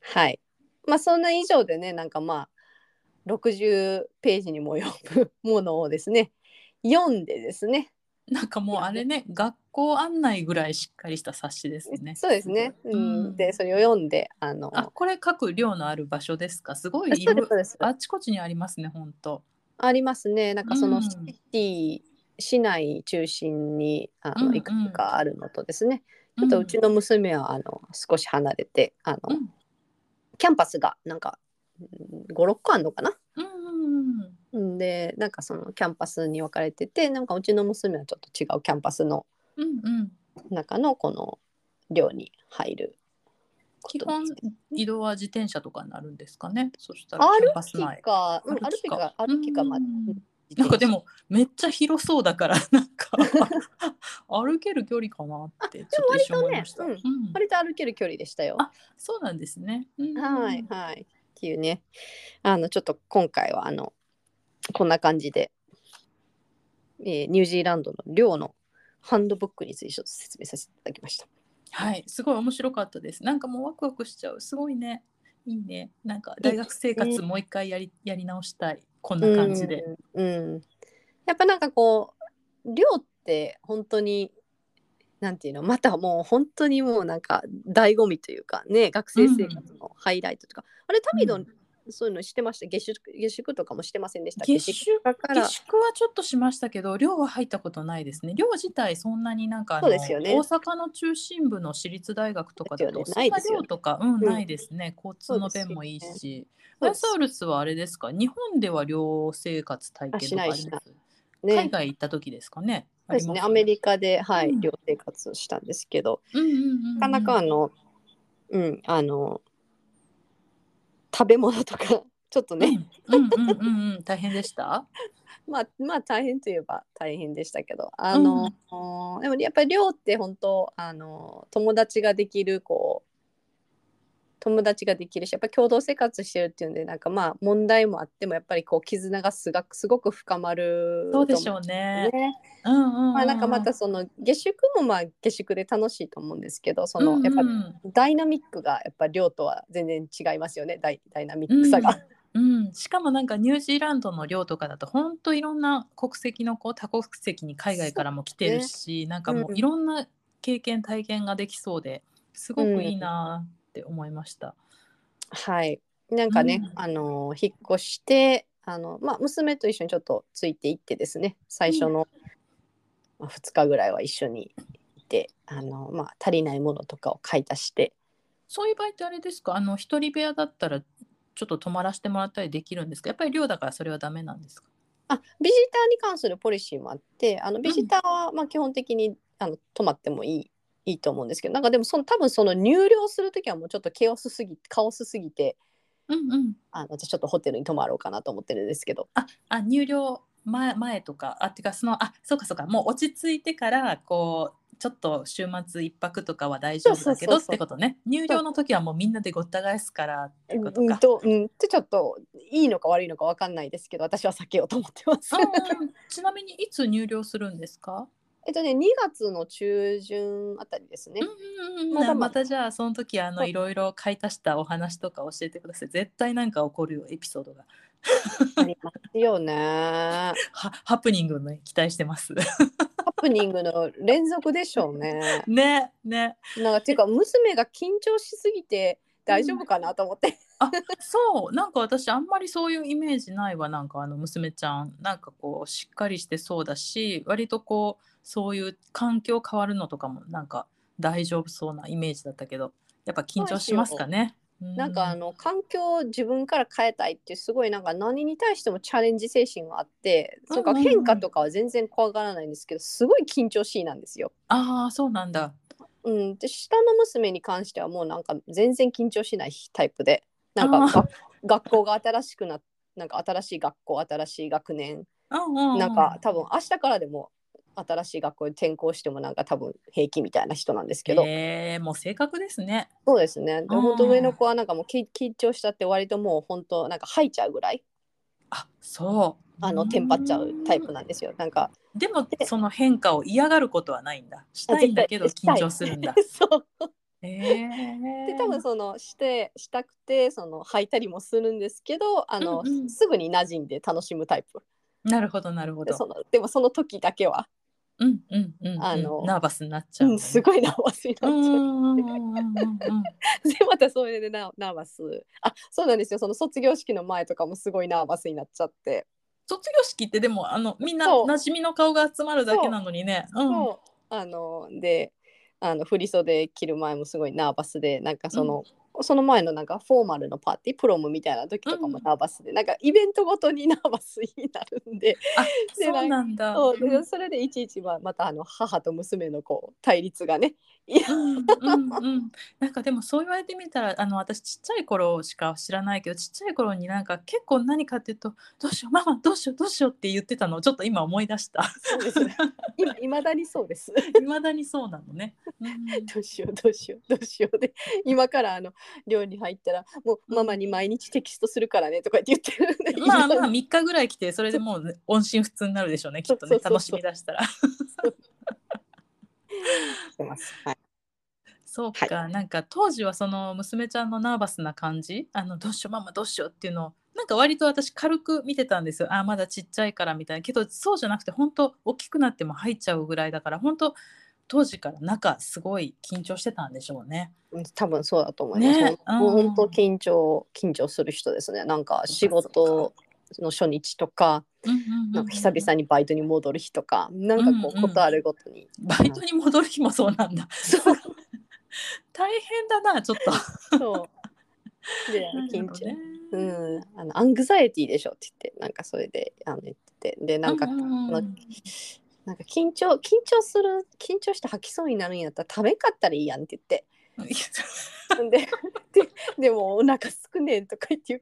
[SPEAKER 2] はい。まあそんな以上でねなんかまあ60ページにも及ぶものをですね読んでですね
[SPEAKER 1] なんかもうあれね学校案内ぐらいしっかりした冊子ですね
[SPEAKER 2] そうですね。
[SPEAKER 1] う
[SPEAKER 2] うんん、で、それを読んで、あの。
[SPEAKER 1] あこれ各寮のある場所ですかすごい
[SPEAKER 2] そうですそうです
[SPEAKER 1] あっちこっちにありますね本当
[SPEAKER 2] ありますね。なんかその
[SPEAKER 1] うん
[SPEAKER 2] シティ、市内中心に、あ
[SPEAKER 1] うんう
[SPEAKER 2] の、
[SPEAKER 1] ん
[SPEAKER 2] いくつかあるのとですね。ちょっとうちの娘は、あの、少し離れて、あの、
[SPEAKER 1] うん
[SPEAKER 2] キャンパスが、なんか。うん5、6個あるのかな。
[SPEAKER 1] うんうん
[SPEAKER 2] うんで、なんかそのキャンパスに分かれてて、なんかうちの娘はちょっと違うキャンパスの
[SPEAKER 1] うんうん
[SPEAKER 2] 中のこの寮に入るこ
[SPEAKER 1] 基
[SPEAKER 2] と
[SPEAKER 1] 本
[SPEAKER 2] です。
[SPEAKER 1] 移動は自転車とかになるんですかねそしたらキャンパ
[SPEAKER 2] 歩
[SPEAKER 1] ス
[SPEAKER 2] き
[SPEAKER 1] 前
[SPEAKER 2] か、うん、歩きか、歩きかまで
[SPEAKER 1] う。んなんかでもめっちゃ広そうだからなんか 歩ける距離かなってちょっと一瞬思いました。
[SPEAKER 2] でも割
[SPEAKER 1] うん
[SPEAKER 2] 割と歩ける距離でしたよ。
[SPEAKER 1] あそうなんですね。うん
[SPEAKER 2] はいはい。っていうね。あのちょっと今回はあのこんな感じで、えーニュージーランドの寮のハンドブックについてちょっと説明させていただきました。
[SPEAKER 1] はい、すごい面白かったです。なんかもうワクワクしちゃう。すごいね。いいね。なんか大学生活もう一回やりやり直したい。こんな感じで。
[SPEAKER 2] うん。うんやっぱなんかこう寮って本当に。なんていうのま たもう本当にもうなんか醍醐味というかね学生生活のハイライトとか、あれタミドン、そういうのしてました下宿下宿とかもしてませんでしたっけ
[SPEAKER 1] 下宿
[SPEAKER 2] だから
[SPEAKER 1] 下宿はちょっとしましたけど、寮は入ったことないですね。寮自体そんなになんかあの
[SPEAKER 2] そうですよね
[SPEAKER 1] 大阪の中心部の私立大学とかだと、
[SPEAKER 2] ですよ
[SPEAKER 1] そんない
[SPEAKER 2] ねなですよ
[SPEAKER 1] 寮
[SPEAKER 2] ね
[SPEAKER 1] とか、うん、
[SPEAKER 2] ん
[SPEAKER 1] ないですね。交通の便もいい
[SPEAKER 2] そうで
[SPEAKER 1] し。
[SPEAKER 2] そう
[SPEAKER 1] ラ
[SPEAKER 2] で
[SPEAKER 1] イ
[SPEAKER 2] す
[SPEAKER 1] サウルスはあれですか日本では寮生活体験とかありま
[SPEAKER 2] あし
[SPEAKER 1] す
[SPEAKER 2] ないね
[SPEAKER 1] 海外行った時ですかね。
[SPEAKER 2] そうですね、
[SPEAKER 1] ありま
[SPEAKER 2] ア
[SPEAKER 1] す
[SPEAKER 2] メリカで、は
[SPEAKER 1] う
[SPEAKER 2] い
[SPEAKER 1] ん、
[SPEAKER 2] 寮生活をしたんですけど、
[SPEAKER 1] うんうんうんうん
[SPEAKER 2] なかなかあの、うん、あの、食べ物とか、ちょっとね、
[SPEAKER 1] うんうんうんうんうん大変で した。
[SPEAKER 2] まあ、まあ大変といえば大変でしたけど、あの、でもやっぱり寮って本当、あの、友達ができる、こう、友達ができるし、やっぱり共同生活してるっていうんで、なんかまあ問題もあっても、やっぱりこう、絆がすがすごく深まると
[SPEAKER 1] そ
[SPEAKER 2] 思
[SPEAKER 1] うん
[SPEAKER 2] で
[SPEAKER 1] ですし
[SPEAKER 2] よ
[SPEAKER 1] ょうね。
[SPEAKER 2] ね。
[SPEAKER 1] うんうんうん。
[SPEAKER 2] まあ、なんかまたその下宿もまあ下宿で楽しいと思うんですけどそ
[SPEAKER 1] うん
[SPEAKER 2] の
[SPEAKER 1] うん
[SPEAKER 2] やっぱダイナミックがやっぱ量とは全然違いますよねダイダイナミックさが。
[SPEAKER 1] うん、しかもなんかニュージーランドの寮とかだと本当いろんな国籍の子多国籍に海外からも来てるし、なんかもういろんな経験体験ができそうですごくいいなって思いました。
[SPEAKER 2] はいなんかね、
[SPEAKER 1] うん
[SPEAKER 2] あの引っ越してあの、まあ、娘と一緒にちょっとついていってですね最初の2日ぐらいは一緒にいてあの、まあ、足りないものとかを買い足して
[SPEAKER 1] そういう場合ってあれですかあの一人部屋だったらちょっと泊まらせてもらったりできるんですかやっぱり寮だからそれはダメなんですか
[SPEAKER 2] あビジターに関するポリシーもあってあのビジターはまあ基本的にあの泊まってもいいいいと思うんですけどなんかでもその多分その入寮する時はもうちょっとケオスすぎカオスすぎて
[SPEAKER 1] うんうん。
[SPEAKER 2] あの私ちょっとホテルに泊まろうかなと思ってるんですけど
[SPEAKER 1] あ、あ入寮前前とかあてかそのあそうかそうかもう落ち着いてからこうちょっと週末一泊とかは大丈夫だけど
[SPEAKER 2] そうそうそう
[SPEAKER 1] っ
[SPEAKER 2] そう
[SPEAKER 1] てことね入寮の時はもうみんなでごった返すからって
[SPEAKER 2] う
[SPEAKER 1] こ
[SPEAKER 2] ん
[SPEAKER 1] とか。
[SPEAKER 2] と、うん、ってちょっといいのか悪いのか分かんないですけど私は避けようと思ってます。
[SPEAKER 1] うんうんちなみにいつ入寮するんですか？
[SPEAKER 2] えっとね2月の中旬あたりですね。
[SPEAKER 1] うんうんうん、
[SPEAKER 2] まだまだ
[SPEAKER 1] またじゃあその時あの
[SPEAKER 2] そう
[SPEAKER 1] いろいろ買い足したお話とか教えてください。絶対なんか起こるよエピソードが
[SPEAKER 2] あります よね。ハ
[SPEAKER 1] はハプニングの期待してます。
[SPEAKER 2] プニングの連続でしょうね。
[SPEAKER 1] ねね。
[SPEAKER 2] なんかていうか娘が緊張しすぎて大丈夫かなと思って、
[SPEAKER 1] あそうなんか私あんまりそういうイメージないわなんかあの娘ちゃんなんかこうしっかりしてそうだし割とこうそういう環境変わるのとかもなんか大丈夫そうなイメージだったけどやっぱ緊張しますかね。
[SPEAKER 2] なんかあの環境を自分から変えたいっていうすごいなんか何に対してもチャレンジ精神があって、
[SPEAKER 1] うん
[SPEAKER 2] それから変化とかは全然怖がらないんですけどすごい緊張しいなんですよ。
[SPEAKER 1] ああーそうなんだ。
[SPEAKER 2] うん、で下の娘に関してはもうなんか全然緊張しないタイプでなん
[SPEAKER 1] あ
[SPEAKER 2] か
[SPEAKER 1] ー
[SPEAKER 2] が学校が新しくななんか新しい学校新しい学年
[SPEAKER 1] うんうんうん
[SPEAKER 2] なんか多分明日からでも新しい学校に転校してもなんか多分平気みたいな人なんですけど。
[SPEAKER 1] えーもう性格ですね。
[SPEAKER 2] そうですね。で
[SPEAKER 1] うん
[SPEAKER 2] 本当上の子はなんかもうき緊張しちゃって割ともう本当なんか吐いちゃうぐらい
[SPEAKER 1] あそう
[SPEAKER 2] あのテンパっちゃうタイプなんですよなんか
[SPEAKER 1] でもその変化を嫌がることはないんだしたいんだけど緊張するんだ
[SPEAKER 2] そう
[SPEAKER 1] え
[SPEAKER 2] で多分そのしてしたくてその履いたりもするんですけどあの、
[SPEAKER 1] うんうん
[SPEAKER 2] すぐに馴染んで楽しむタイプ
[SPEAKER 1] なるほどなるほ
[SPEAKER 2] で
[SPEAKER 1] ど
[SPEAKER 2] そのでもその時だけは、
[SPEAKER 1] うんうんうんうん
[SPEAKER 2] あの
[SPEAKER 1] ナーバスになっちゃ
[SPEAKER 2] う
[SPEAKER 1] うもん
[SPEAKER 2] ん、
[SPEAKER 1] ね
[SPEAKER 2] すごいナーバスになっちゃ
[SPEAKER 1] う
[SPEAKER 2] う。
[SPEAKER 1] んうん うんうんうんうん
[SPEAKER 2] でまたそれでナナーバスあそうなんですよその卒業式の前とかもすごいナーバスになっちゃって、
[SPEAKER 1] 卒業式ってでもあのみんな
[SPEAKER 2] そう
[SPEAKER 1] 馴染みの顔が集まるだけなのにねうん
[SPEAKER 2] そうあのであの振り袖着る前もすごいナーバスでなんかその、その前のなんかフォーマルのパーティープロムみたいな時とかも
[SPEAKER 1] うん
[SPEAKER 2] ナーバスで、なんかイベントごとにナーバスになるんで
[SPEAKER 1] あ
[SPEAKER 2] で
[SPEAKER 1] そうなんだ
[SPEAKER 2] そう
[SPEAKER 1] うん
[SPEAKER 2] でそれでいちいちままたあの母と娘のこう対立がねいや
[SPEAKER 1] うんうんうん、なんかでもそう言われてみたらあの私ちっちゃい頃しか知らないけどちっちゃい頃になんか結構何かっていうと「どうしようママどうしようどうしよう」って言ってたのをちょっと今思い出した
[SPEAKER 2] そうです いまだにそうです
[SPEAKER 1] いまだにそうなのね。うん
[SPEAKER 2] どうしようどうしようどうしようで今からあの寮に入ったらもうママに毎日テキストするからねとか言って言ってるんで
[SPEAKER 1] まあ
[SPEAKER 2] 今
[SPEAKER 1] まあ3日ぐらい来てそれで もう音信不通になるでしょうねきっとね
[SPEAKER 2] そうそうそう
[SPEAKER 1] 楽しみだしたら。
[SPEAKER 2] してますはい
[SPEAKER 1] そうか、なんか当時はその娘ちゃんのナーバスな感じあのどうしようママどうしようっていうのをなんか割と私軽く見てたんですよあーまだちっちゃいからみたいなけどそうじゃなくて本当大きくなっても入っちゃうぐらいだから本当当時から中すごい緊張してたんでしょうね。
[SPEAKER 2] うん多分そうだと思います。
[SPEAKER 1] ね
[SPEAKER 2] もう
[SPEAKER 1] うん
[SPEAKER 2] 本当緊張緊張する人ですね。なんか仕
[SPEAKER 1] そうかそうか
[SPEAKER 2] 事の初日とか、
[SPEAKER 1] うんうんうんうん
[SPEAKER 2] なんか久々にバイトに戻る日とか、なんかこ
[SPEAKER 1] うんう
[SPEAKER 2] うんことあるごとに。
[SPEAKER 1] バイトに戻る日もそうなんだ。
[SPEAKER 2] そう
[SPEAKER 1] 大変だなちょっと。
[SPEAKER 2] そう。で 緊
[SPEAKER 1] なるほど
[SPEAKER 2] 張。う
[SPEAKER 1] ね
[SPEAKER 2] ん、あのアングザイティでしょって言ってなんかそれであの言っててでなんか、
[SPEAKER 1] うんうんうん
[SPEAKER 2] あのなんか緊張緊張する緊張して吐きそうになるんやったら食べんかったらいいやんって言ってで ででもお腹すくねんとか言って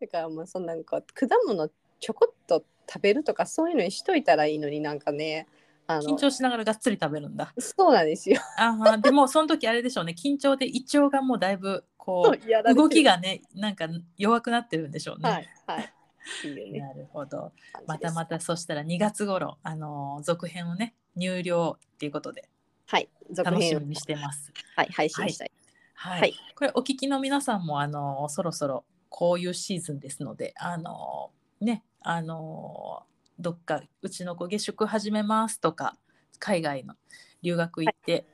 [SPEAKER 2] だからまあそんなんか果物ちょこっと食べるとかそういうのにしといたらいいのになんかねあ
[SPEAKER 1] 緊
[SPEAKER 2] の
[SPEAKER 1] 張しながらがっつり食べるんだ。
[SPEAKER 2] そうなんですよ
[SPEAKER 1] ああでもその時あれでしょうね緊張で胃腸がもうだいぶこう
[SPEAKER 2] やられてる
[SPEAKER 1] 動きがねなんか弱くなってるんでしょうね。
[SPEAKER 2] はいはいっていうね
[SPEAKER 1] なるほど
[SPEAKER 2] 感
[SPEAKER 1] ま
[SPEAKER 2] じで
[SPEAKER 1] た
[SPEAKER 2] す
[SPEAKER 1] またそしたら2月頃あのー続編をね入寮っていうことで
[SPEAKER 2] はい続
[SPEAKER 1] 楽し
[SPEAKER 2] 編を
[SPEAKER 1] みにしてます。
[SPEAKER 2] はい配信したい、
[SPEAKER 1] はい、
[SPEAKER 2] はい
[SPEAKER 1] これお聞きの皆さんもあのーそろそろこういうシーズンですのであのーねあのーどっかうちの子下宿始めますとか海外の留学行って、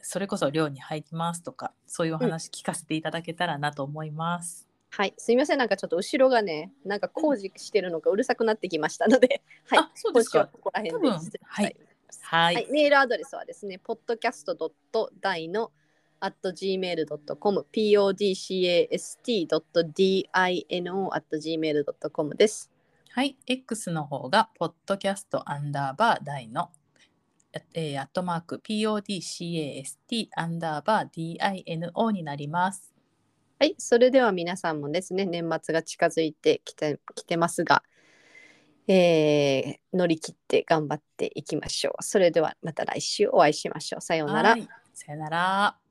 [SPEAKER 1] それこそ寮に入りますとかそういうお話聞かせていただけたらなと思います。
[SPEAKER 2] はいすいませんなんかちょっと後ろがねなんか工事してるのがうるさくなってきましたのではい
[SPEAKER 1] あそうですか
[SPEAKER 2] 今週はここら辺で
[SPEAKER 1] 多分
[SPEAKER 2] 失礼した
[SPEAKER 1] はいはい、
[SPEAKER 2] はい、メールアドレスはですね、podcast.dino at gmail.com、podcast.dino at gmail.com です。
[SPEAKER 1] はい、X の方が、ポッドキャストアンダーバー大の、えー、アットマーク、podcast アンダーバー dino になります。
[SPEAKER 2] はい、それでは皆さんもですね、年末が近づいてきてきてますが、えー乗り切って頑張っていきましょう。それではまた来週お会いしましょう。さようなら。
[SPEAKER 1] はいさよなら。